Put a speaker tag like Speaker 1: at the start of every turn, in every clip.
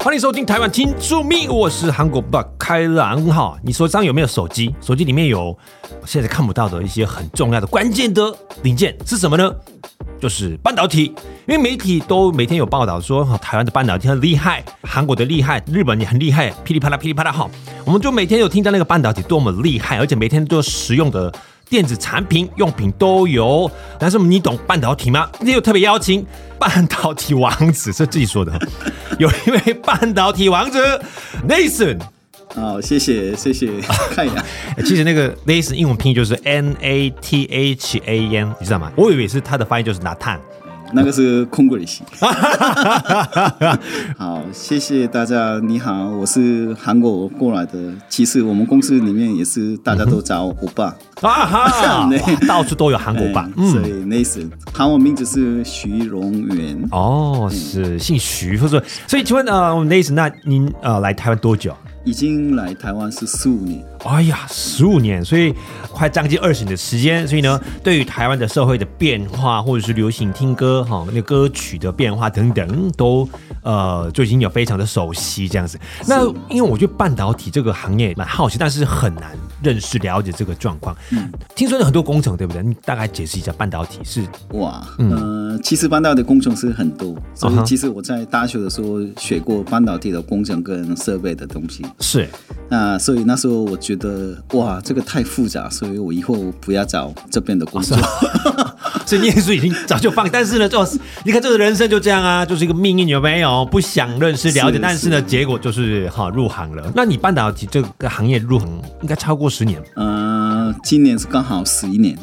Speaker 1: 欢迎收听台湾听住命，我是韩国爸开朗哈。你手上有没有手机？手机里面有现在看不到的一些很重要的关键的零件是什么呢？就是半导体，因为媒体都每天有报道说、哦、台湾的半导体很厉害，韩国的厉害，日本也很厉害，噼里啪啦噼里啪啦哈。我们就每天有听到那个半导体多么厉害，而且每天都有实用的。电子产品用品都有，但是你懂半导体吗？今天又特别邀请半导体王子，是自己 说的，有一位半导体王子 Nathan。
Speaker 2: 好，啊谢谢谢谢， 看一下。
Speaker 1: 哎其实那个 Nathan 英文拼音就是 N A T H A N，你知道吗？我以为是他的翻译就是 Nathan。
Speaker 2: 那个是空格语 系。好，谢谢大家。你好，我是韩国过来的。其实我们公司里面也是大家都找欧巴
Speaker 1: 啊 哈，到处都有韩国吧。
Speaker 2: 嗯，所以 Nathan，韩文名字是徐荣元。
Speaker 1: 哦，是姓徐，或者所以请问呃，Nathan，那您呃来台湾多久？
Speaker 2: 已经来台湾是十五年，
Speaker 1: 哎呀，十五年，所以快将近二十年的时间。所以呢，对于台湾的社会的变化，或者是流行听歌哈、哦，那歌曲的变化等等，都呃就已经有非常的熟悉这样子。那因为我觉得半导体这个行业蛮好奇，但是很难认识了解这个状况。嗯，听说有很多工程，对不对？你大概解释一下半导体是
Speaker 2: 哇，嗯、呃，啊其实半导体工程师很多，所以其实我在大学的时候学过半导体的工程跟设备的东西。
Speaker 1: 是，
Speaker 2: 那所以那时候我觉得哇，这个太复杂，所以我以后不要找这边的工 作。
Speaker 1: 啊、所以念书已经早就放，但是呢，就是你看这个人生就这样啊，就是一个命运，有没有？不想认识了解，是但是呢，结果就是哈入行了。那你半导体这个行业入行应该超过十年？
Speaker 2: 呃，今年是刚好十一年。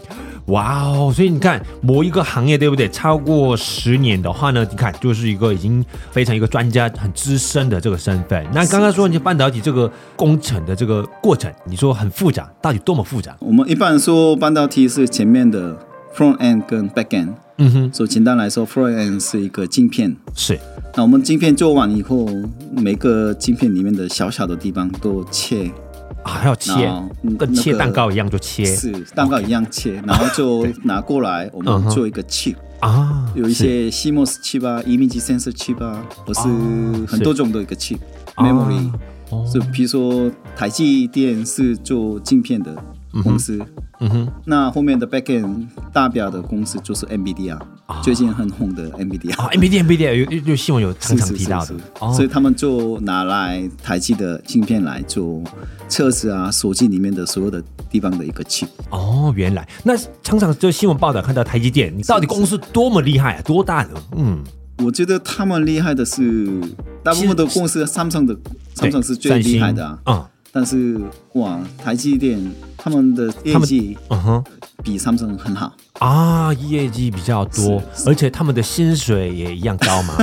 Speaker 1: 哇哦！所以你看，某一个行业，对不对？超过十年的话呢，你看就是一个已经非常一个专家、很资深的这个身份。那刚刚说你半导体这个工程的这个过程，你说很复杂，到底多么复杂？
Speaker 2: 我们一般说半导体是前面的 front end 跟 back end。嗯哼，所以简单来说，front end 是一个镜片。
Speaker 1: 是。
Speaker 2: 那我们镜片做完以后，每个镜片里面的小小的地方都切。
Speaker 1: 还、啊、要切，
Speaker 2: 哦
Speaker 1: 跟切蛋糕一样就切，
Speaker 2: 嗯是蛋糕一样切，然后 就拿过来，我
Speaker 1: 嗯
Speaker 2: 们做一个 chip
Speaker 1: 啊，
Speaker 2: 有一些 CMOS chip 啊，image sensor chip 啊，或是
Speaker 1: 啊
Speaker 2: 很多种的一个 chip，memory，就
Speaker 1: 哦
Speaker 2: 比如说台积电是做镜片的公司，嗯哼，那后面的 backend 大表的公司就是 NVIDIA，最
Speaker 1: 啊
Speaker 2: 近很红的 NVIDIA，NVIDIA，NVIDIA
Speaker 1: 有有新闻有常常提到的，哦
Speaker 2: 所以他们就拿来台积的镜片来做。车子啊，手机里面的所有的地方的一个 chip。
Speaker 1: 哦，原来那常常就新闻报道看到台积电，你到底公司多么厉害啊，多大呢？嗯，
Speaker 2: 我觉得他们厉害的是，大部分的公司，Samsung 的 Samsung 是最厉害的啊。嗯，但是哇，台积电他们的业绩，嗯哼，比 Samsung 很好。
Speaker 1: 啊，业绩比较多，而且他们的薪水也一样高嘛，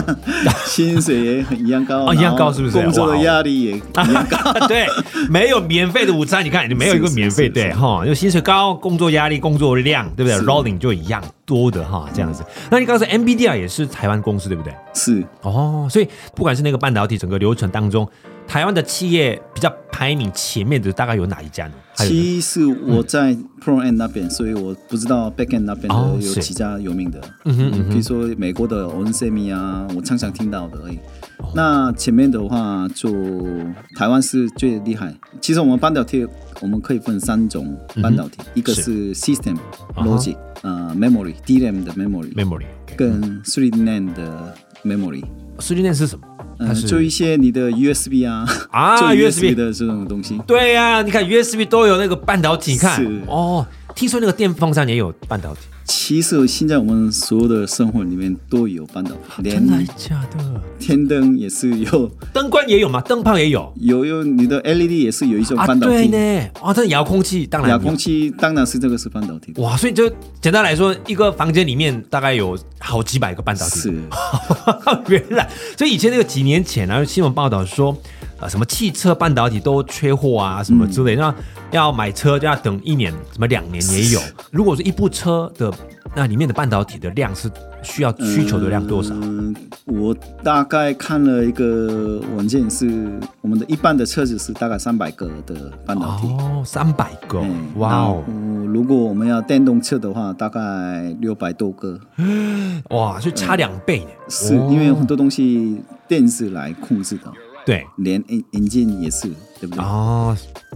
Speaker 2: 薪水也很一样高
Speaker 1: 啊，一样高是不是？
Speaker 2: 工作的压力也 一样高，
Speaker 1: 对，没有免费的午餐，你看没有一个免费对哈，就薪水高，工作压力、工作量，对不对？Rolling 就一样多的哈，这样子。那你刚才 NVDR 啊也是台湾公司对不对？
Speaker 2: 是
Speaker 1: 哦， 어，所以不管是那个半导体整个流程当中，台湾的企业比较排名前面的大概有哪一家呢？
Speaker 2: 其实我在 Pro N 那边，所以我不知道 Back End。那边
Speaker 1: 哦
Speaker 2: 的有几家有名的，嗯哼，比如说美国的 Onsemi 啊，我常常听到的而已。
Speaker 1: 哦
Speaker 2: 那前面的话，就台湾是最厉害。其实我们半导体，我们可以分三种半
Speaker 1: 嗯
Speaker 2: 导体，一个是 System
Speaker 1: 啊
Speaker 2: Logic，呃，Memory DRAM 的 Memory，Memory 跟 3D NAND 的 Memory。
Speaker 1: 3D NAND 是什么？
Speaker 2: 嗯，做一些你的 USB 啊，
Speaker 1: 啊，USB
Speaker 2: 的这种东西。
Speaker 1: 对呀，你看 USB 都有那个半导体，你看哦。听说那个电风扇也有半导体。
Speaker 2: 其实现在我们所有的生活里面都有半导体，
Speaker 1: 真的假的？
Speaker 2: 天灯也是有，
Speaker 1: 灯光也有嘛，灯泡也有，
Speaker 2: 有有你的 LED 也是有一种半导体、
Speaker 1: 啊、对呢。哇、哦，这遥控器当然
Speaker 2: 遥控器当然是这个是半导体。
Speaker 1: 哇，所以就简单来说，一个房间里面大概有好几百个半导体。
Speaker 2: 是，
Speaker 1: 原来所以以前那个几年前啊，新闻报道说。呃什么汽车半导体都缺货啊，什么之
Speaker 2: 嗯
Speaker 1: 类，那要买车就要等一年，什么两年也有。如果说一部车的那里面的半导体的量是需要 需求的量多少？
Speaker 2: 嗯，我大概看了一个文件是，我们的一般的车子是大概三百个的半导体。
Speaker 1: 哦，三百个
Speaker 2: 嗯，
Speaker 1: 哇哦，
Speaker 2: 那我如果我们要电动车的话，大概六百多个，
Speaker 1: 哇，就差两倍呢。
Speaker 2: 是、
Speaker 1: 哦
Speaker 2: 因为很多东西电子来控制的，
Speaker 1: 对，
Speaker 2: 连引引擎也是，对不对？
Speaker 1: 哦，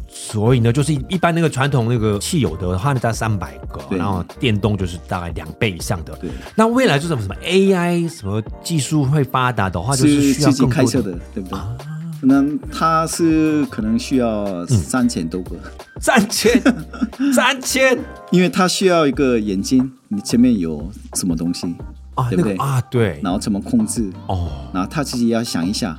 Speaker 1: 所以呢，就是一般那个传统那个汽油的话呢，大概三百个，
Speaker 2: 对
Speaker 1: 然后电动就是大概两倍以上的。
Speaker 2: 对，
Speaker 1: 那未来就是什么什么 AI 什么技术会发达的话，就是
Speaker 2: 是
Speaker 1: 需要
Speaker 2: 自己
Speaker 1: 更
Speaker 2: 开车
Speaker 1: 多的啊
Speaker 2: 的，对不对？那它是可能需
Speaker 1: 嗯
Speaker 2: 要三千多个，
Speaker 1: 三千 三千
Speaker 2: 因为它需要一个眼睛，你前面有什么东西，
Speaker 1: 啊，那
Speaker 2: 对不
Speaker 1: 个
Speaker 2: 对
Speaker 1: 啊，对
Speaker 2: 然后怎么控制，
Speaker 1: 哦
Speaker 2: 然后它自己要想一下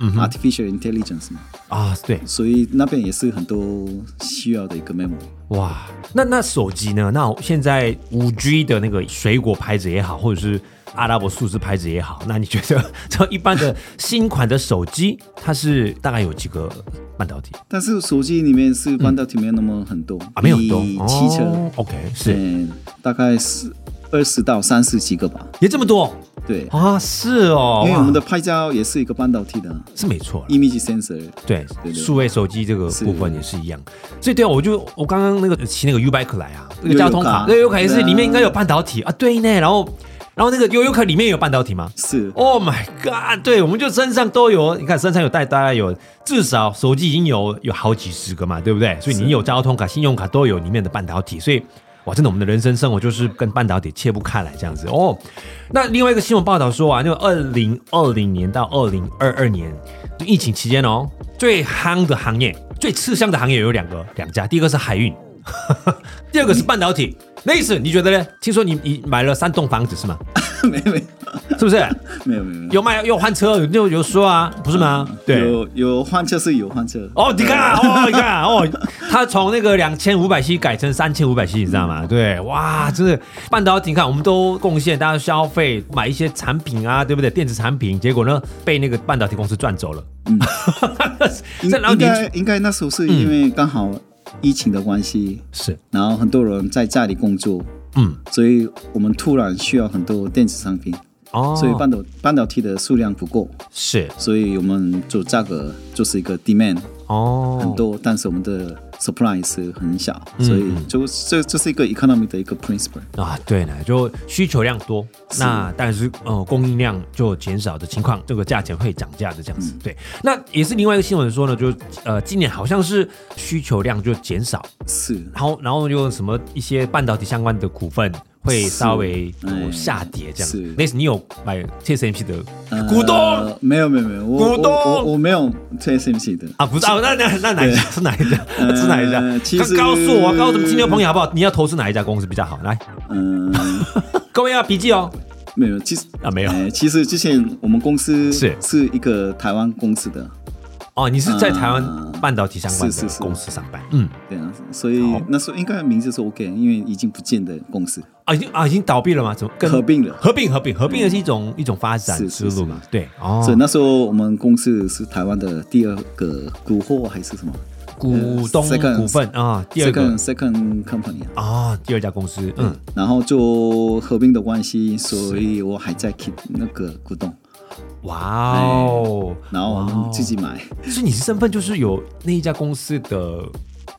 Speaker 1: 嗯
Speaker 2: AI，artificial intelligence 嘛，
Speaker 1: 啊，对
Speaker 2: 所以那边也是很多需要的一个 memo。
Speaker 1: 哇，那那手机呢？那现在五 G 的那个水果牌子也好，或者是阿拉伯数字牌子也好，那你觉得这一般的新款的手机，它是大概有几个半导体？
Speaker 2: 但是手机里面是半导体没有那么很多
Speaker 1: 啊，没有很多
Speaker 2: 以汽车，
Speaker 1: 哦、，OK，是
Speaker 2: 嗯，大概是二十到三十几个吧。
Speaker 1: 也这么多
Speaker 2: 对，
Speaker 1: 啊，是哦，
Speaker 2: 因为
Speaker 1: 哇
Speaker 2: 我们的拍照也是一个半导体的
Speaker 1: 是没错啦，
Speaker 2: image sensor。
Speaker 1: 对
Speaker 2: 对对
Speaker 1: 数位手机这个部分也是一样，所以对啊，我就我刚刚那个骑那个 U bike 来啊，那个交通卡，
Speaker 2: 悠
Speaker 1: 悠
Speaker 2: 游
Speaker 1: 游
Speaker 2: 卡
Speaker 1: 卡也是
Speaker 2: 对啊
Speaker 1: 里面应该有半导体啊，对呢，然后然后那个悠悠卡里面有半导体吗
Speaker 2: 是，
Speaker 1: ？Oh my god！对，我们就身上都有，你看身上有带，大概有至少手机已经有有好几十个嘛，对不对？所以你有交通卡、信用卡都有里面的半导体，所以哇，真的我们的人生生活就是跟半导体切不开来这样子哦。那另外一个新闻报道说啊，那个二零二零年到二零二二年疫情期间哦，最夯的行业、最吃香的行业有两个两家，第一个是海运， 第二个是半导体。那意思你觉得呢？听说你你买了三栋房子是吗？
Speaker 2: 没有没有
Speaker 1: 是不是？
Speaker 2: 没有没有没有，
Speaker 1: 有卖有换车，有有有说啊，不是吗？对。
Speaker 2: 有有换车是有换车，
Speaker 1: 哦，你看啊，哦，你看啊，哦，他从那个两千五百 C 改成三千五百 C，你知道吗？对，哇，真的半导体，你看我们都贡献大家消费买一些产品啊，对不对？电子产品，结果呢被那个半导体公司赚走了。 嗯，
Speaker 2: 应
Speaker 1: 这然后
Speaker 2: 应
Speaker 1: 你
Speaker 2: 该应该那时候是因为刚好疫情的关系，
Speaker 1: 是
Speaker 2: 然后很多人在家里工作，
Speaker 1: 嗯
Speaker 2: 所以我们突然需要很多电子产品，
Speaker 1: 哦，
Speaker 2: 所以半导半导体的数量不够，
Speaker 1: 是
Speaker 2: 所以我们做价格就是一个 demand
Speaker 1: 哦
Speaker 2: 很多，但是我们的 supply 是很小，
Speaker 1: 嗯
Speaker 2: 所以就这这是一个 economy 的一个 principle。
Speaker 1: 啊，对呢，就需求量多，那但是呃供应量就减少的情况，这个价钱会涨价的这
Speaker 2: 嗯
Speaker 1: 样子。对，那也是另外一个新闻说呢，就呃今年好像是需求量就减少，
Speaker 2: 是，
Speaker 1: 然后然后就什么一些半导体相关的股份会稍微
Speaker 2: 是哎
Speaker 1: 有下跌这样子
Speaker 2: 是。
Speaker 1: 那是你有买 TSMC 的
Speaker 2: 呃
Speaker 1: 股东？
Speaker 2: 没有没有没有，我
Speaker 1: 股东
Speaker 2: 我我我没有 TSMC 的。
Speaker 1: 啊，不是啊，那那那哪一家是哪一家？是哪一家
Speaker 2: 呃？其实
Speaker 1: 告诉我，告诉我们听众朋友好不好？你要投资哪一家公司比较好？来，
Speaker 2: 嗯，
Speaker 1: 各位要笔记哦。
Speaker 2: 没有，其实
Speaker 1: 啊没有
Speaker 2: 呃其实之前我们公司
Speaker 1: 是
Speaker 2: 是一个台湾公司的，
Speaker 1: 哦，你是在台湾
Speaker 2: 嗯
Speaker 1: 半导体相关
Speaker 2: 是
Speaker 1: 的
Speaker 2: 是是
Speaker 1: 公司上班？嗯，
Speaker 2: 对啊，所以
Speaker 1: 好
Speaker 2: 那时候应该名字是 OK，因为已经不见的公司
Speaker 1: 啊，已经啊已经倒闭了吗？怎么跟
Speaker 2: 合并了。
Speaker 1: 合并合并合并的是一种一种发展
Speaker 2: 是
Speaker 1: 之
Speaker 2: 是
Speaker 1: 路嘛？对哦
Speaker 2: 所以，那时候我们公司是台湾的第二个股货还是什么？
Speaker 1: 股东
Speaker 2: second-
Speaker 1: 股份啊，第二个
Speaker 2: second second company 啊。
Speaker 1: 啊，第二家公司，嗯，
Speaker 2: 然后就合并的关系，所以我还在 keep 那个股东，
Speaker 1: 哇哦，
Speaker 2: 然后我
Speaker 1: 哇哦
Speaker 2: 们自己买。
Speaker 1: 所以你是身份就是有那一家公司的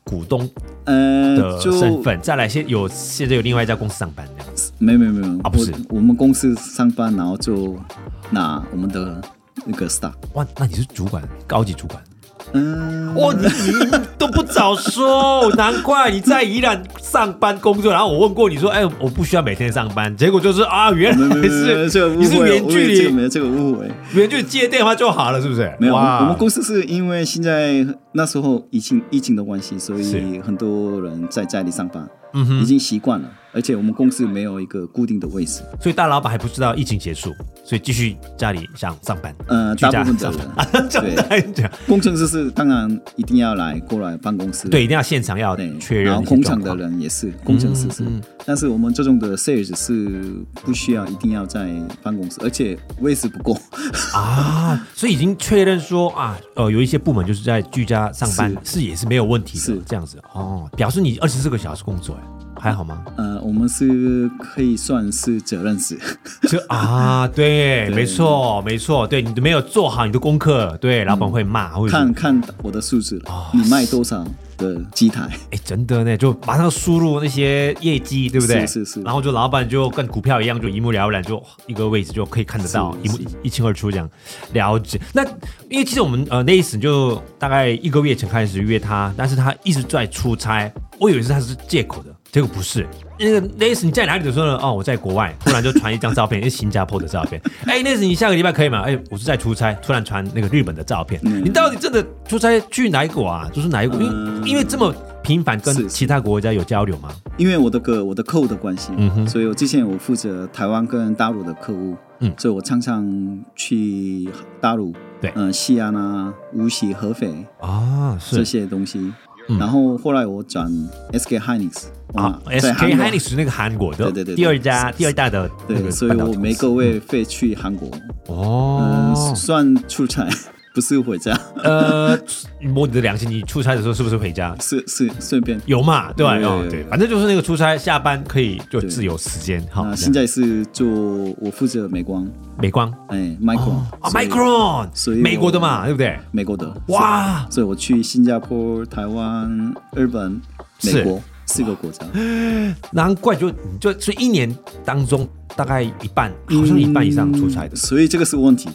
Speaker 1: 股东
Speaker 2: 呃，
Speaker 1: 的
Speaker 2: 就
Speaker 1: 身份，再来现有现在有另外一家公司上班这样子
Speaker 2: 没有没有没有
Speaker 1: 啊不是
Speaker 2: 我，我们公司上班，然后就拿我们的那个 stock。
Speaker 1: 哇，那你是主管，高级主管。
Speaker 2: 嗯，
Speaker 1: 哇，哦你你都不早说，难怪你在宜兰上班工作。然后我问过你说，哎，我不需要每天上班，结果就是啊，原
Speaker 2: 没有
Speaker 1: 来
Speaker 2: 没有没有 没有
Speaker 1: 是
Speaker 2: 这个误
Speaker 1: 你是
Speaker 2: 会，
Speaker 1: 远
Speaker 2: 我以为这
Speaker 1: 距
Speaker 2: 个没
Speaker 1: 离
Speaker 2: 有这个误会，
Speaker 1: 远距离接电话就好了，是不是？
Speaker 2: 没有。我
Speaker 1: 哇
Speaker 2: 们我们公司是因为现在那时候疫情疫情的关系，所
Speaker 1: 是
Speaker 2: 以很多人在家里上班，
Speaker 1: 嗯哼
Speaker 2: 已经习惯了。而且我们公司没有一个固定的位置，
Speaker 1: 所以大老板还不知道疫情结束，所以继续家里想上班。
Speaker 2: 呃，
Speaker 1: 居
Speaker 2: 大
Speaker 1: 家
Speaker 2: 部分的
Speaker 1: 上班
Speaker 2: 人
Speaker 1: 啊，这样来讲，
Speaker 2: 工程师是当然一定要来过来办公室，
Speaker 1: 对，一定要现场要
Speaker 2: 对，
Speaker 1: 确认
Speaker 2: 然后
Speaker 1: 一些
Speaker 2: 工
Speaker 1: 状
Speaker 2: 厂
Speaker 1: 况
Speaker 2: 的人也是，工程师是，
Speaker 1: 嗯嗯
Speaker 2: 但是我们这种的 sales 是不需要一定要在办公室，而且位置不够，
Speaker 1: 啊，所以已经确认说啊，呃，有一些部门就是在居家上班是也是没有问题的，
Speaker 2: 是
Speaker 1: 这样子哦，表示你二十四个小时工作，哎还好吗？
Speaker 2: 呃，我们是可以算是责任制，
Speaker 1: 这 啊， 对，
Speaker 2: 对
Speaker 1: 没错，没错，对你没有做好你的功课，对，老板会骂，会
Speaker 2: 看看我的数字了，
Speaker 1: 哦
Speaker 2: 你卖多少的机台？
Speaker 1: 哎，真的呢，就马上输入那些业绩，对不对？
Speaker 2: 是是是
Speaker 1: 然后就老板就跟股票一样，就一目了然，就一个位置就可以看得到，一
Speaker 2: 是
Speaker 1: 目一清二楚这样。了解。那因为其实我们呃那一次就大概一个月前开始约他，但是他一直在出差，我以为是他是借口的，结果不是。那个 n a 你在哪里的时候呢？哦，我在国外。突然就传一张照片，是新加坡的照片。哎 n a 你下个礼拜可以吗？哎，我是在出差，突然传那个日本的照片。
Speaker 2: 嗯
Speaker 1: 你到底真的出差去哪一国啊？就是哪一国？因为、
Speaker 2: 嗯
Speaker 1: 因为这么频繁跟
Speaker 2: 是
Speaker 1: 其他国家有交流吗？
Speaker 2: 因为我的个我的客户的关系，
Speaker 1: 嗯哼
Speaker 2: 所以我之前我负责台湾跟大陆的客户，
Speaker 1: 嗯
Speaker 2: 所以我常常去大陆，
Speaker 1: 对
Speaker 2: 嗯、西安啊、无锡、合肥
Speaker 1: 啊，
Speaker 2: 这
Speaker 1: 是
Speaker 2: 些东西。
Speaker 1: 嗯
Speaker 2: 然后后来我转 SK Hynix
Speaker 1: 啊
Speaker 2: 哇嗯在韩
Speaker 1: ，SK
Speaker 2: 国
Speaker 1: Hynix 是那个韩国的
Speaker 2: 对对对对
Speaker 1: 第二家
Speaker 2: 是
Speaker 1: 第二大的那个
Speaker 2: 对，所以
Speaker 1: 半导体
Speaker 2: 我每个月会去韩国，嗯、
Speaker 1: 哦，
Speaker 2: 算出差， 不是回家，
Speaker 1: 呃，摸你的良心，你出差的时候是不是回家？
Speaker 2: 是是顺便。
Speaker 1: 有嘛，对吧？
Speaker 2: 有有
Speaker 1: 哦
Speaker 2: 有
Speaker 1: 对，
Speaker 2: 有
Speaker 1: 反正就是那个出差下班可以就
Speaker 2: 对
Speaker 1: 自由时间，好
Speaker 2: 那，
Speaker 1: 这
Speaker 2: 现
Speaker 1: 样
Speaker 2: 在是做我负责美光，
Speaker 1: 美光
Speaker 2: 哎，Micron，
Speaker 1: 哦啊
Speaker 2: 所以所
Speaker 1: ，Micron，
Speaker 2: 以我
Speaker 1: 美国的嘛，对不对？
Speaker 2: 美国的，
Speaker 1: 哇，
Speaker 2: 所以我去新加坡、台湾、日本、
Speaker 1: 是
Speaker 2: 美国四个国家，
Speaker 1: 难怪就你就所以一年当中大概一半，好像一半以上出差的
Speaker 2: 嗯，所以这个是问题。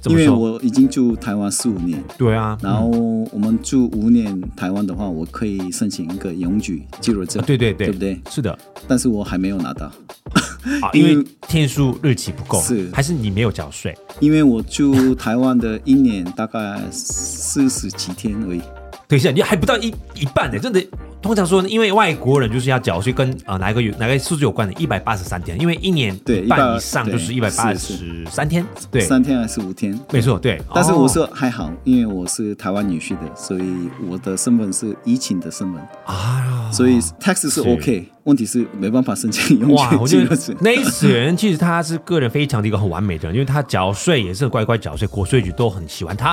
Speaker 1: 怎
Speaker 2: 因
Speaker 1: 么
Speaker 2: 为
Speaker 1: 说？
Speaker 2: 我已经住台湾四五年，
Speaker 1: 对啊，
Speaker 2: 嗯然后我们住五年台湾的话，我可以申请一个永居居留证，
Speaker 1: 啊对对对，
Speaker 2: 对不对？
Speaker 1: 是的，
Speaker 2: 但是我还没有拿到，
Speaker 1: 啊，因
Speaker 2: 因为
Speaker 1: 为天数日期不够，
Speaker 2: 是
Speaker 1: 还是你没有缴税
Speaker 2: 因为我住台湾的一年大概四十几天而已。
Speaker 1: 等一下，你还不到一一半呢，真的。通常说呢，因为外国人就是要缴税，跟啊、呃哪一个有哪个数字有关的，一百八十三天，因为一年
Speaker 2: 对
Speaker 1: 一半
Speaker 2: 100
Speaker 1: 以上就是一百
Speaker 2: 对
Speaker 1: 八
Speaker 2: 是
Speaker 1: 十三天，对，
Speaker 2: 三天还是五天。
Speaker 1: 没错，对。
Speaker 2: 但是
Speaker 1: 哦
Speaker 2: 我说还好，因为我是台湾女婿的，所以我的身份是疫情的身份，
Speaker 1: 啊，
Speaker 2: 所以 tax 是
Speaker 1: 是
Speaker 2: OK，问题是没办法申请永
Speaker 1: 哇，
Speaker 2: 久
Speaker 1: 我
Speaker 2: 居
Speaker 1: 觉
Speaker 2: 留
Speaker 1: 得
Speaker 2: 证。
Speaker 1: 那一此人其实他是个人非常的一个很完美的人，因为他缴税也是很乖乖缴税，国税局都很喜欢他。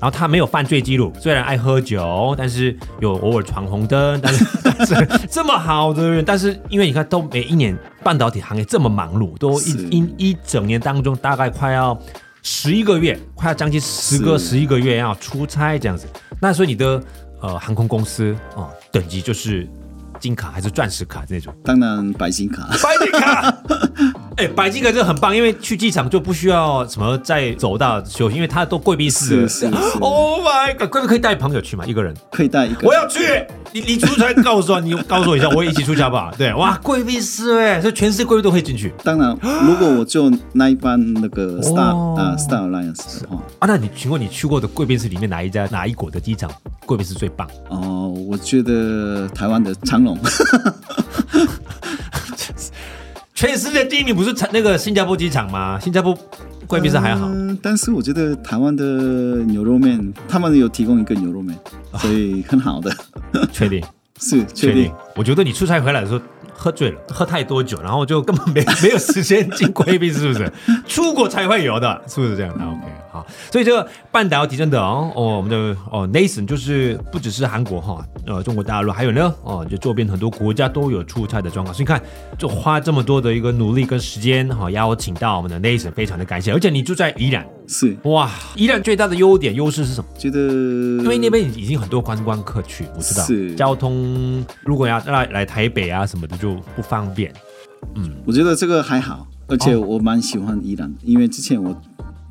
Speaker 1: 然后他没有犯罪记录，虽然爱喝酒，但是有偶尔闯红灯，但 是但是这么好的人，但是因为你看，都每一年半导体行业这么忙碌，都一
Speaker 2: 是
Speaker 1: 一一整年当中大概快要。十一个月，快要将近十个
Speaker 2: 是
Speaker 1: 十一个月要出差这样子，那所以你的呃航空公司哦、等级就是金卡还是钻石卡那种？
Speaker 2: 当然白金卡，
Speaker 1: 白金
Speaker 2: 啊
Speaker 1: 卡， 哎、白金卡这很棒，因为去机场就不需要什么再走到休息，因为它都贵宾室。
Speaker 2: 是是是
Speaker 1: Oh my god！贵宾可以带朋友去吗？一个人？
Speaker 2: 可以带一个。
Speaker 1: 我要去，你你出差告诉我，你告诉我一下，我也一起出去好不 好？对，哇，贵宾室哎，所以全世界贵宾都可以进去
Speaker 2: 当然，如果我就那一班那个 Star
Speaker 1: 哦
Speaker 2: 啊 Star Alliance 的话，
Speaker 1: 啊。那你请问你去过的贵宾室里面哪一家哪一国的机场贵宾室最棒？
Speaker 2: 哦，我觉得台湾的长隆
Speaker 1: 全世界第一名不是那个新加坡机场吗？新加坡贵宾室还好。
Speaker 2: 嗯 但是我觉得台湾的牛肉面，他们有提供一个牛肉面，
Speaker 1: 啊
Speaker 2: 所以很好的，
Speaker 1: 确定。
Speaker 2: 是确定。。
Speaker 1: 我觉得你出差回来的时候喝醉了，喝太多酒，然后就根本 没没有时间进贵宾，是不是？ 出国才会有的，是不是这样？那啊 OK，好。所以这个半导体真的哦，哦我们的哦 Nathan 就是不只是韩国哈，呃，中国大陆还有呢哦，就周边很多国家都有出差的状况。所以你看，就花这么多的一个努力跟时间哈、哦，邀请到我们的 Nathan，非常的感谢。而且你住在宜兰，
Speaker 2: 是
Speaker 1: 哇，宜兰最大的优点优势是什么？
Speaker 2: 觉得因
Speaker 1: 因为那边已经很多观光客去，我知道
Speaker 2: 是
Speaker 1: 交通如果要来来台北啊什么的就不方便
Speaker 2: 我觉得这个还好，而且
Speaker 1: 哦
Speaker 2: 我蛮喜欢伊朗，因为之前我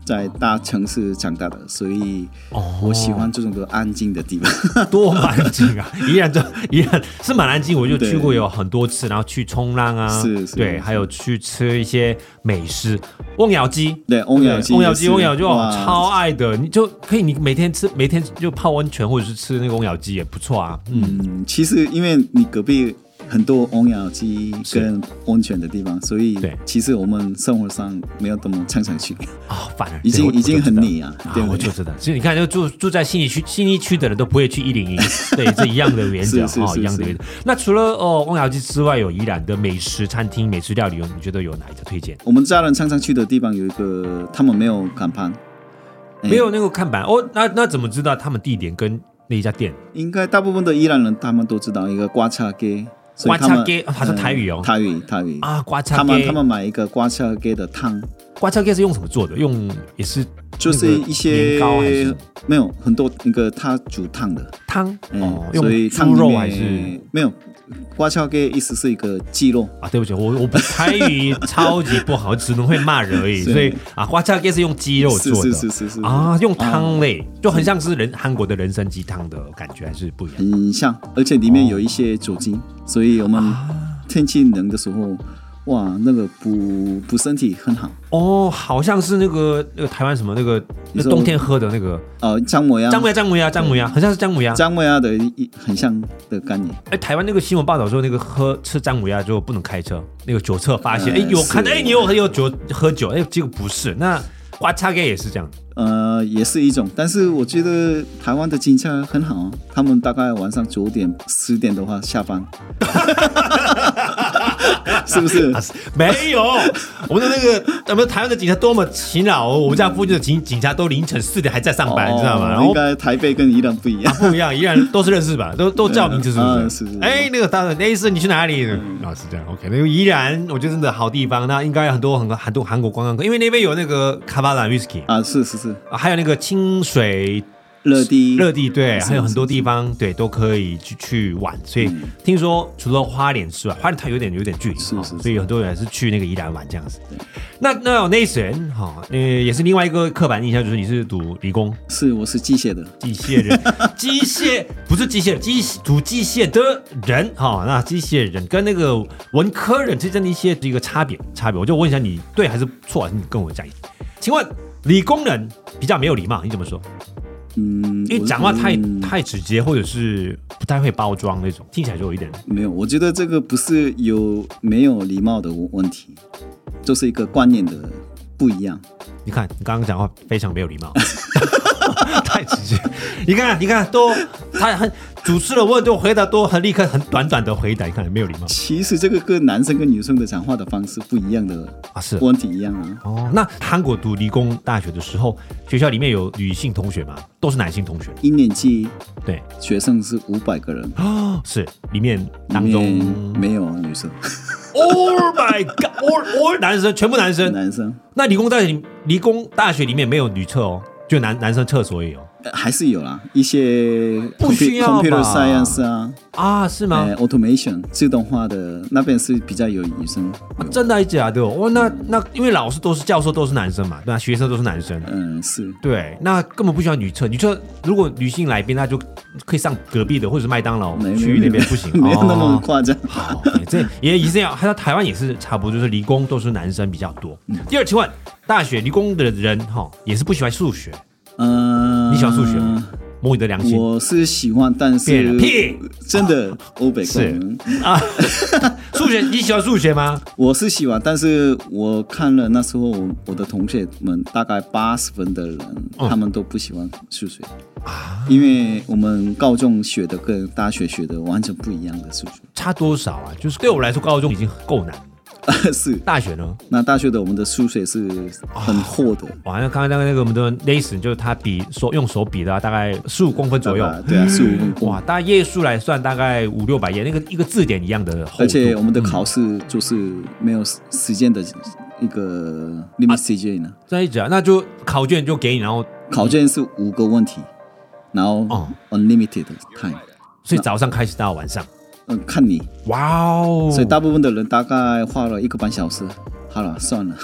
Speaker 2: 在大城市长大的，所以
Speaker 1: 哦
Speaker 2: 我喜欢这种的安静的地方。
Speaker 1: 多蛮近 啊！宜兰这宜兰是蛮南京，我就去过
Speaker 2: 对
Speaker 1: 有很多次，然后去冲浪啊，
Speaker 2: 是是
Speaker 1: 对，
Speaker 2: 是
Speaker 1: 还有去吃一些美食，瓮窑鸡。
Speaker 2: 对，翁
Speaker 1: 对
Speaker 2: 窑鸡也
Speaker 1: 瓮
Speaker 2: 是，
Speaker 1: 窑鸡，瓮窑鸡我
Speaker 2: 哇
Speaker 1: 超爱的，你就可以，你每天吃，每 天就泡温泉或者是吃那个瓮窑鸡也不错啊。嗯，
Speaker 2: 嗯，其实因为你隔壁很多红氧机跟温泉的地方，所以
Speaker 1: 对
Speaker 2: 其实我们生活上没有怎么常常去，
Speaker 1: 哦，反而
Speaker 2: 已经
Speaker 1: 对我
Speaker 2: 已经很腻啊
Speaker 1: 啊
Speaker 2: 对，不
Speaker 1: 我
Speaker 2: 对
Speaker 1: 就知道。所以你看，就住住在新一区新一区的人都不会去一 零一，对，这一样的原则
Speaker 2: 是是
Speaker 1: 哦，
Speaker 2: 是
Speaker 1: 一样的
Speaker 2: 是
Speaker 1: 原则。那除了哦汪瑶记之外，有宜兰的美食餐厅、美食料理，有你觉得有哪一个推荐？
Speaker 2: 我们家人常常去的地方有一个，他们没有看盘，哎
Speaker 1: 没有那个看板哦，那那怎么知道他们地点跟那一家店？
Speaker 2: 应该大部分的伊朗人他们都知道一个瓜叉街，所以
Speaker 1: 瓜
Speaker 2: 他们
Speaker 1: 叉街啊它是台语哦
Speaker 2: 嗯台语台语
Speaker 1: 啊瓜叉
Speaker 2: 他们
Speaker 1: 街
Speaker 2: 他们买一个瓜叉街的汤，
Speaker 1: 瓜椒盖是用什么做的？用也是
Speaker 2: 就是
Speaker 1: 那个
Speaker 2: 一些
Speaker 1: 年糕还是
Speaker 2: 没有很多那个他煮汤的，
Speaker 1: 汤哦，
Speaker 2: 嗯，所以
Speaker 1: 用
Speaker 2: 汤
Speaker 1: 猪
Speaker 2: 里
Speaker 1: 肉
Speaker 2: 面
Speaker 1: 还是
Speaker 2: 没有瓜叉街意思是一个鸡肉，
Speaker 1: 啊？对不起，我我不台语 超级不好，只能会骂人而已。
Speaker 2: 是
Speaker 1: 所以啊，瓜椒盖是用鸡肉
Speaker 2: 是
Speaker 1: 做
Speaker 2: 是是
Speaker 1: 的
Speaker 2: 是是
Speaker 1: 啊，用汤类，就很像是人韩国的人参鸡汤的感觉，还是不一样
Speaker 2: 很像，而且里面有一些酒精，所以我们
Speaker 1: 啊
Speaker 2: 天气冷的时候，哇，那个补补身体很好。
Speaker 1: 哦，好像是那个那个台湾什么那个那
Speaker 2: 你说
Speaker 1: 冬天喝的那个
Speaker 2: 呃，姜母鸭，
Speaker 1: 姜母鸭，姜母鸭，姜母鸭，很像是姜母鸭。
Speaker 2: 姜母鸭的一很像的概念，
Speaker 1: 哎，台湾那个新闻报道说，那个喝吃姜母鸭之后不能开车，那个酒测发现，哎、
Speaker 2: 嗯
Speaker 1: 有看到，
Speaker 2: 是
Speaker 1: 哎，你有有酒喝酒，哎，结果不是，那瓜叉盖也是这样，
Speaker 2: 呃，也是一种。但是我觉得台湾的警察很好啊，他们大概晚上九点、十点的话下班， 是不是？
Speaker 1: 啊没有， 我们的那个咱们台湾的警察多么勤劳哦，我们家附近的警警察都凌晨四点还在上班，你知道吗？然
Speaker 2: 哦应
Speaker 1: 后啊
Speaker 2: 该台北跟宜兰不一样。
Speaker 1: 不一样，依然都是认识吧，都都叫名字是不
Speaker 2: 嗯
Speaker 1: 是
Speaker 2: 是？嗯是
Speaker 1: 哎，那个当然，那意思你去哪里？啊，是这样，OK，那个依然我觉得真的好地方，那应该有很多很多很多韩国观光客，因为那边有那个卡巴兰 whisky，
Speaker 2: 啊，是是是，
Speaker 1: 啊还有那个清水
Speaker 2: 乐迪
Speaker 1: 热地对，
Speaker 2: 是
Speaker 1: 还有很多地方对都可以去去玩，所以听说除了花莲之外，花莲它有点有点距离，
Speaker 2: 嗯是
Speaker 1: 哦
Speaker 2: 是
Speaker 1: 所以很多人还是去那个宜兰玩这样子。那那那一神哈，呃，也是另外一个刻板印象，就是你是读理工
Speaker 2: 是我是机械的，
Speaker 1: 机械人， 机械不是机械人，机读机械的人哈，那机械人跟那个文科人之间的一些这个差别差别，我就问一下你对还是错，还是你跟我讲一下？请问理工人比较没有礼貌，你怎么说？
Speaker 2: 嗯，
Speaker 1: 因为
Speaker 2: 我
Speaker 1: 讲话太
Speaker 2: 嗯
Speaker 1: 太直接，或者是不太会包装那种，听起来就有一点
Speaker 2: 没有，我觉得这个不是有没有礼貌的问题，就是一个观念的不一样。
Speaker 1: 你看，你刚刚讲话非常没有礼貌， 太直接。你看，你看，都他很主持人问就回答都很立刻很短短的回答，你看没有礼貌
Speaker 2: 其实这个跟男生跟女生的讲话的方式不一样的
Speaker 1: 啊？是
Speaker 2: 问题一样啊。
Speaker 1: 哦。那韩国读理工大学的时候，学校里面有女性同学吗？都是男性同学，
Speaker 2: 一年级
Speaker 1: 对
Speaker 2: 学生是五百个人，
Speaker 1: 啊，是里面当
Speaker 2: 里面
Speaker 1: 中
Speaker 2: 没有女 生，
Speaker 1: ，Oh my God，all all 男生全部男生。
Speaker 2: 男生
Speaker 1: 那理工大学里理工大学里面没有女厕哦，就男男生厕所也有。
Speaker 2: 呃还是有啦，一些
Speaker 1: 不需要
Speaker 2: compu-
Speaker 1: 吧
Speaker 2: computer science 啊，
Speaker 1: 啊，是吗？
Speaker 2: 呃 automation 自动化的那边是比较有女生，有
Speaker 1: 真的还假的？哦，那那因为老师都是教授都是男生嘛，对吧、学生都是男生，
Speaker 2: 嗯是
Speaker 1: 对，那根本不需要女厕。女厕如果女性来宾，那就可以上隔壁的或者是麦当劳
Speaker 2: 没
Speaker 1: 区域
Speaker 2: 没
Speaker 1: 那边不行，
Speaker 2: 没有那么
Speaker 1: 哦
Speaker 2: 夸张。
Speaker 1: 好，对这也也是这样，还有台湾也是差不多，就是理工都是男生比较多。第二，请问大学理工的人哈、也是不喜欢数学，
Speaker 2: 嗯，
Speaker 1: 你喜欢数学吗？摸你的良心，
Speaker 2: 我是喜欢，但
Speaker 1: 变
Speaker 2: 是
Speaker 1: 了屁啊
Speaker 2: 真的欧北
Speaker 1: 是
Speaker 2: 人，
Speaker 1: 啊 数学你喜欢数学吗？
Speaker 2: 我是喜欢，但是我看了那时候我我的同学们大概八十分的人，
Speaker 1: 嗯
Speaker 2: 他们都不喜欢数学啊，因为我们高中学的跟大学学的完全不一样的数
Speaker 1: 差多少啊？就是对我来说，高中已经够难了，
Speaker 2: 学， 是
Speaker 1: 大学呢？
Speaker 2: 那大学的我们的数学是很厚的，
Speaker 1: 哇，那刚刚那个那个我们的 Nathan 就是他比手用手比的、啊，大概十五公分左右
Speaker 2: 大。概对啊，十五分多
Speaker 1: 哎哇，，大概页数来算，大概五六百页，那个一个字典一样的厚度。
Speaker 2: 而 且我们的考试就是没有时时间的一个 limit CJ 呢。
Speaker 1: 在一起啊，那就考卷就给你，然后
Speaker 2: 考卷是五个问题，然后
Speaker 1: 哦
Speaker 2: unlimited time，
Speaker 1: 所以早上开始到晚上。
Speaker 2: 嗯，看你，
Speaker 1: 哇哦！
Speaker 2: 所以大部分的人大概花了一个半小时。好了，算了，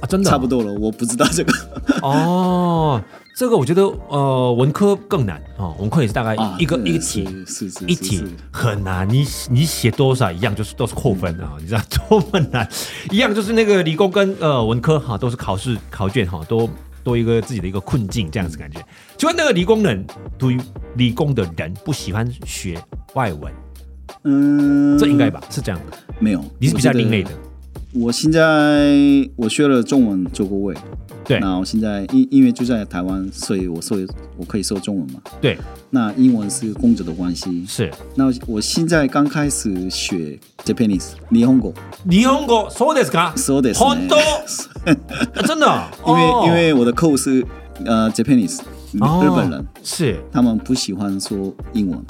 Speaker 1: 啊，真的哦
Speaker 2: 差不多了，我不知道这个
Speaker 1: 哦。这个我觉得呃，文科更难哦，文科也是大概
Speaker 2: 啊，
Speaker 1: 一个、
Speaker 2: 对
Speaker 1: 一个题。
Speaker 2: 是是是
Speaker 1: 一
Speaker 2: 是
Speaker 1: 题
Speaker 2: 是
Speaker 1: 很难，你你写多少一样，就是都是扣分啊，你知道 多么难，一样就是那个理工跟呃文科哈、都是考试考卷哈、都都一个自己的一个困境这样子感觉。请问那个理工人，对于理工的人不喜欢学外文，
Speaker 2: 嗯，
Speaker 1: 这应该吧？是这样的，
Speaker 2: 没有，
Speaker 1: 你是比较另类的。
Speaker 2: 我现在我学了中文九个月，
Speaker 1: 对
Speaker 2: 那我现在因因为就在台湾，所以我说我可以说中文嘛。
Speaker 1: 对，
Speaker 2: 那英文是工作的关系，
Speaker 1: 是。
Speaker 2: 那我现在刚开始学 Japanese 日本语，
Speaker 1: 日本語そうですか？
Speaker 2: そうですね
Speaker 1: 本当？啊真的哦？
Speaker 2: 因为、
Speaker 1: 哦
Speaker 2: 因为我的客户是呃 Japanese 日
Speaker 1: 哦
Speaker 2: 本人，
Speaker 1: 是
Speaker 2: 他们不喜欢说英文，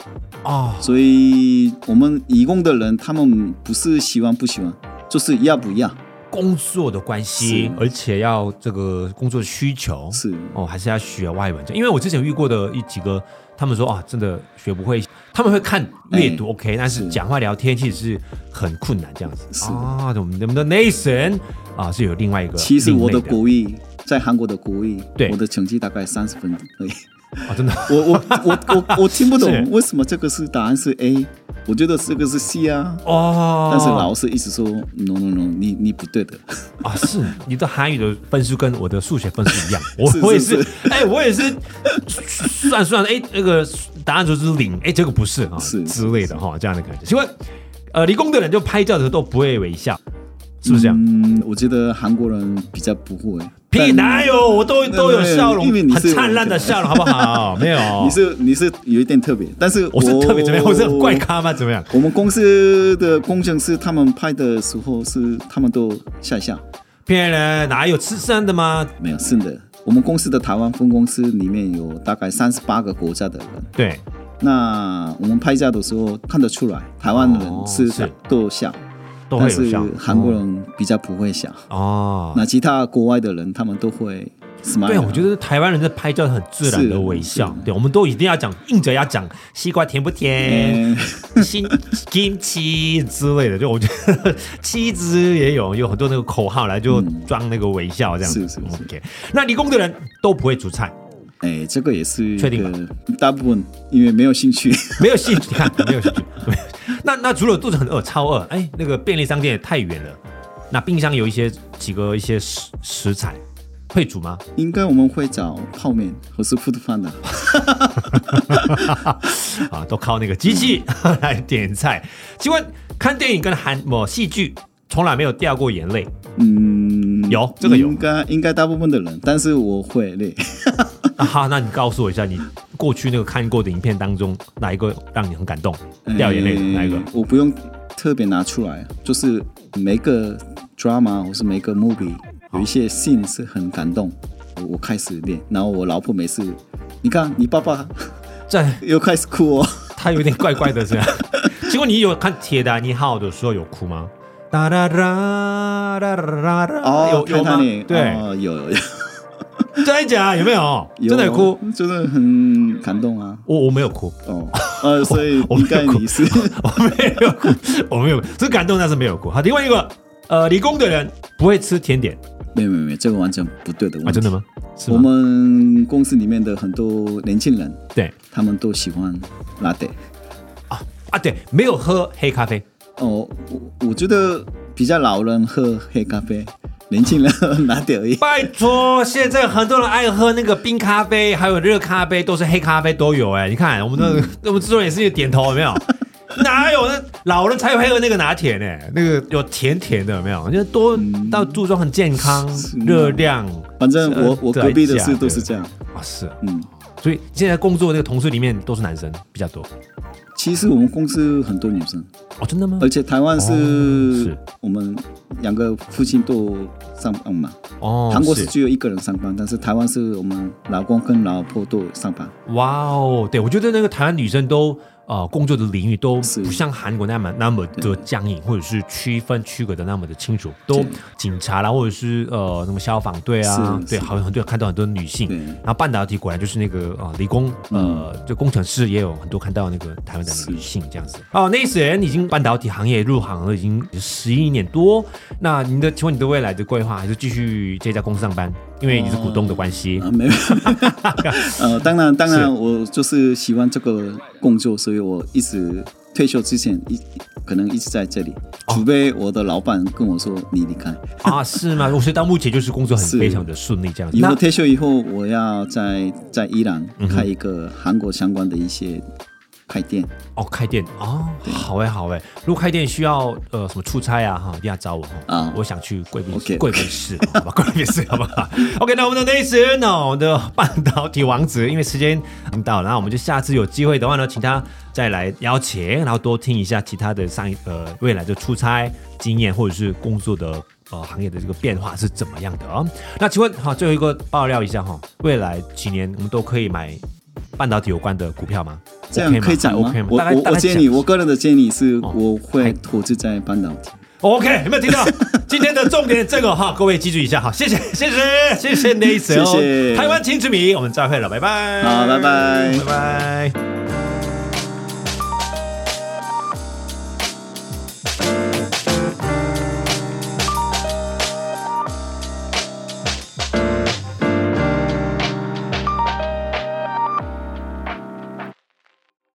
Speaker 1: 哦，
Speaker 2: 所以我们移工的人他们不是喜欢不喜欢，就是要不要
Speaker 1: 工作的关系
Speaker 2: 是，
Speaker 1: 而且要这个工作需求
Speaker 2: 是。
Speaker 1: 哦，还是要学外文。因为我之前遇过的一几个，他们说啊，真的学不会，他们会看阅读、
Speaker 2: 哎
Speaker 1: OK，但是
Speaker 2: 是
Speaker 1: 讲话聊天其实是很困难这样子。
Speaker 2: 是
Speaker 1: 啊，我们我们的 Nathan 啊是有另外一个另类，
Speaker 2: 其实我的国语在韩国的国语
Speaker 1: 对，
Speaker 2: 我的成绩大概三十分而已。
Speaker 1: 啊真的
Speaker 2: 我我我我我听不
Speaker 1: 是
Speaker 2: 懂为什么这个是答案是 A，我觉得这个是 C 啊。
Speaker 1: 哦，
Speaker 2: 但是老师一直说 no no no，你你不对的，
Speaker 1: 啊，是你的韩语的分数跟我的数学分数一样，我
Speaker 2: 是
Speaker 1: 我也
Speaker 2: 是
Speaker 1: 是，哎、我也是算算，哎、那个答案就是零，哎、这个不是啊，
Speaker 2: 是
Speaker 1: 之类的哈，这样的感觉。请问，呃，理工的人就拍照的时候都不会微笑，是不是这样？
Speaker 2: 嗯，我觉得韩国人比较不会。
Speaker 1: 屁
Speaker 2: 但
Speaker 1: 哪有，我都
Speaker 2: 没有
Speaker 1: 都有
Speaker 2: 没有
Speaker 1: 笑容，
Speaker 2: 因为你
Speaker 1: 很
Speaker 2: 是
Speaker 1: 灿烂的笑容，好不好？ 没有，
Speaker 2: 你是哦你是有一点特别，但是
Speaker 1: 我是特别怎么样？我是很怪咖吗？怎么样？
Speaker 2: 我们公司的工程师他们拍的时候是他们都笑一笑，
Speaker 1: 骗人，哪有吃生的吗？
Speaker 2: 没有是的。我们公司的台湾分公司里面有大概三十八个国家的人，
Speaker 1: 对，
Speaker 2: 那我们拍照的时候看得出来，台湾
Speaker 1: 哦
Speaker 2: 人是
Speaker 1: 是
Speaker 2: 都笑，
Speaker 1: 都会
Speaker 2: 但
Speaker 1: 有
Speaker 2: 是
Speaker 1: 笑。
Speaker 2: 韩国人比较不会笑。
Speaker 1: 哦，
Speaker 2: 那其他国外的人他们都会 smile。
Speaker 1: 对，我觉得台湾人在拍照很自然的微笑
Speaker 2: 是，
Speaker 1: 对，我们都一定要讲，硬着要讲西瓜甜不甜，
Speaker 2: 嗯
Speaker 1: 新 kimchi 之类的，就我觉得妻子也有有很多那个口号来就
Speaker 2: 嗯
Speaker 1: 装那个微笑这样子。
Speaker 2: 是是是
Speaker 1: OK，那理工的人都不会煮菜，
Speaker 2: 哎，这个也是一
Speaker 1: 确定
Speaker 2: 个大部分因为没有兴趣，
Speaker 1: 没有兴趣，你看没有兴趣。没有 那那除了肚子很饿、超饿，哎，那个便利商店也太远了，那冰箱有一些几个一些食食材会煮吗？
Speaker 2: 应该我们会找泡面或是 food panda。
Speaker 1: 啊，都靠那个机器 来点菜。请问看电影跟韩某戏剧从来没有掉过眼 泪
Speaker 2: 嗯，
Speaker 1: 有这个有
Speaker 2: 应该应该大部分的人，但是我会累。
Speaker 1: 啊？哈，那你告诉我一下，你过去那个看过的影片当中，哪一个让你很感动、 掉眼泪的
Speaker 2: 哎
Speaker 1: 哪一个？
Speaker 2: 我不用特别拿出来，就是每个 drama 或是每个 movie 有一些 scene 是很感动，我我开始练，然后我老婆每次，你看你爸爸
Speaker 1: 这
Speaker 2: 又开始哭 哦。
Speaker 1: 他有点怪怪的这样。 请问你有看《铁达尼号》的时候有哭吗？哒哒哒哒哒哒哒，
Speaker 2: 哦，
Speaker 1: 有有吗
Speaker 2: 看到你？
Speaker 1: 对，
Speaker 2: 哦有有有，
Speaker 1: 真的假？有没有？ 真的有哭？，
Speaker 2: 真的很感动啊。
Speaker 1: 我我没有哭，
Speaker 2: 哦，呃，所以
Speaker 1: 我
Speaker 2: 应该
Speaker 1: 没有哭
Speaker 2: 你是
Speaker 1: 我没有哭，我没有哭，是感动，但是没有哭。好，另外一个，呃，理工的人不会吃甜点
Speaker 2: 没有没有没有，这个完全不对的问题。
Speaker 1: 啊，真的？吗？是
Speaker 2: 嗯我
Speaker 1: 吗？
Speaker 2: 们公司里面的很多年轻人，
Speaker 1: 对
Speaker 2: 他们都喜欢拉떼。
Speaker 1: 啊啊，对，没有喝黑咖啡
Speaker 2: 哦，我我觉得比较老人喝黑咖啡，年轻人喝拿 铁而已。
Speaker 1: 拜托，现在很多人爱喝那个冰咖啡，还有热咖啡，都是黑咖啡都有哎、你看我们
Speaker 2: 嗯
Speaker 1: 的、我们制作人也是点头，有没 有？哪有那老人才有喝那个拿铁呢、那个有甜甜的，有没有？就多
Speaker 2: 嗯
Speaker 1: 到注重很健康、热量。
Speaker 2: 反正我我
Speaker 1: 代
Speaker 2: 隔壁的
Speaker 1: 价
Speaker 2: 事都
Speaker 1: 啊对
Speaker 2: 是这样。
Speaker 1: 啊，是啊，
Speaker 2: 嗯，
Speaker 1: 所以现在工作那个同事里面都是男生比较多。
Speaker 2: 其实我们公司很多女生，
Speaker 1: 哦，真的吗
Speaker 2: 而？且台湾
Speaker 1: 哦
Speaker 2: 是
Speaker 1: 是
Speaker 2: 我们两个父亲都上班嘛，
Speaker 1: 哦，
Speaker 2: 韩国是只有一个人上班，但是台湾是我们老公跟老婆都上班。
Speaker 1: 哇哦，对我觉得那个台湾女生都呃工作的领域都
Speaker 2: 是
Speaker 1: 不像韩国那么那么的僵硬，或者是区分区隔的那么的清楚，都
Speaker 2: 对
Speaker 1: 警察啦，或者是呃什么消防队啊，
Speaker 2: 是
Speaker 1: 对，
Speaker 2: 是
Speaker 1: 好像很多人看到很多女性
Speaker 2: 对。
Speaker 1: 然后半导体果然就是那个呃理工呃就工程师也有很多看到那个台湾的女性这样子哦，那时人已经半导体行业入行了已经十一年多，那您的请问你的未来的规划还是继续这家公司上班，因为你是股东的关系，
Speaker 2: 啊， 没有，呃，当然，当然，我就是喜欢这个工作，所以我一直退休之前一可能一直在这里，
Speaker 1: 哦
Speaker 2: 除非我的老板跟我说你离开。
Speaker 1: 啊，是吗？我觉得到目前就是工作很
Speaker 2: 是
Speaker 1: 非常的顺利这样子。
Speaker 2: 以后
Speaker 1: 那
Speaker 2: 退休以后，我要在在伊朗开一个韩国相关的一些开店。
Speaker 1: 哦，开店哦，好哎、好哎、如果开店需要呃什么出差啊哈，一定要找我哈。
Speaker 2: 啊
Speaker 1: 我想去贵宾
Speaker 2: OK，OK
Speaker 1: 贵宾室， 好吧，贵宾室好不好？OK，那我 们的那一次呢，我们的半导体王子，因为时间已经到了，然后我们就下次有机会的话呢，请他再来邀请，然后多听一下其他的上一呃未来的出差经验或者是工作的。呃，行业的这个变化是怎么样的啊？那请问哈，最后一个爆料一下哈，未来几年我们都可以买半导体有关的股票吗？
Speaker 2: 这样
Speaker 1: OK 吗
Speaker 2: 可以讲吗
Speaker 1: OK 吗？
Speaker 2: 我
Speaker 1: 大概
Speaker 2: 我
Speaker 1: 大
Speaker 2: 我
Speaker 1: 概
Speaker 2: 建议
Speaker 1: 讲
Speaker 2: 你，我个人的建议是，
Speaker 1: 哦
Speaker 2: 我
Speaker 1: 还
Speaker 2: 会投资在半导体。
Speaker 1: OK，有没有听到 今天的重点？这个哈，各位记住一下哈，谢谢， 谢谢，哦谢谢 n a t
Speaker 2: 谢谢
Speaker 1: 台湾秦之谜，我们再会了，拜拜，
Speaker 2: 好拜拜
Speaker 1: 拜拜。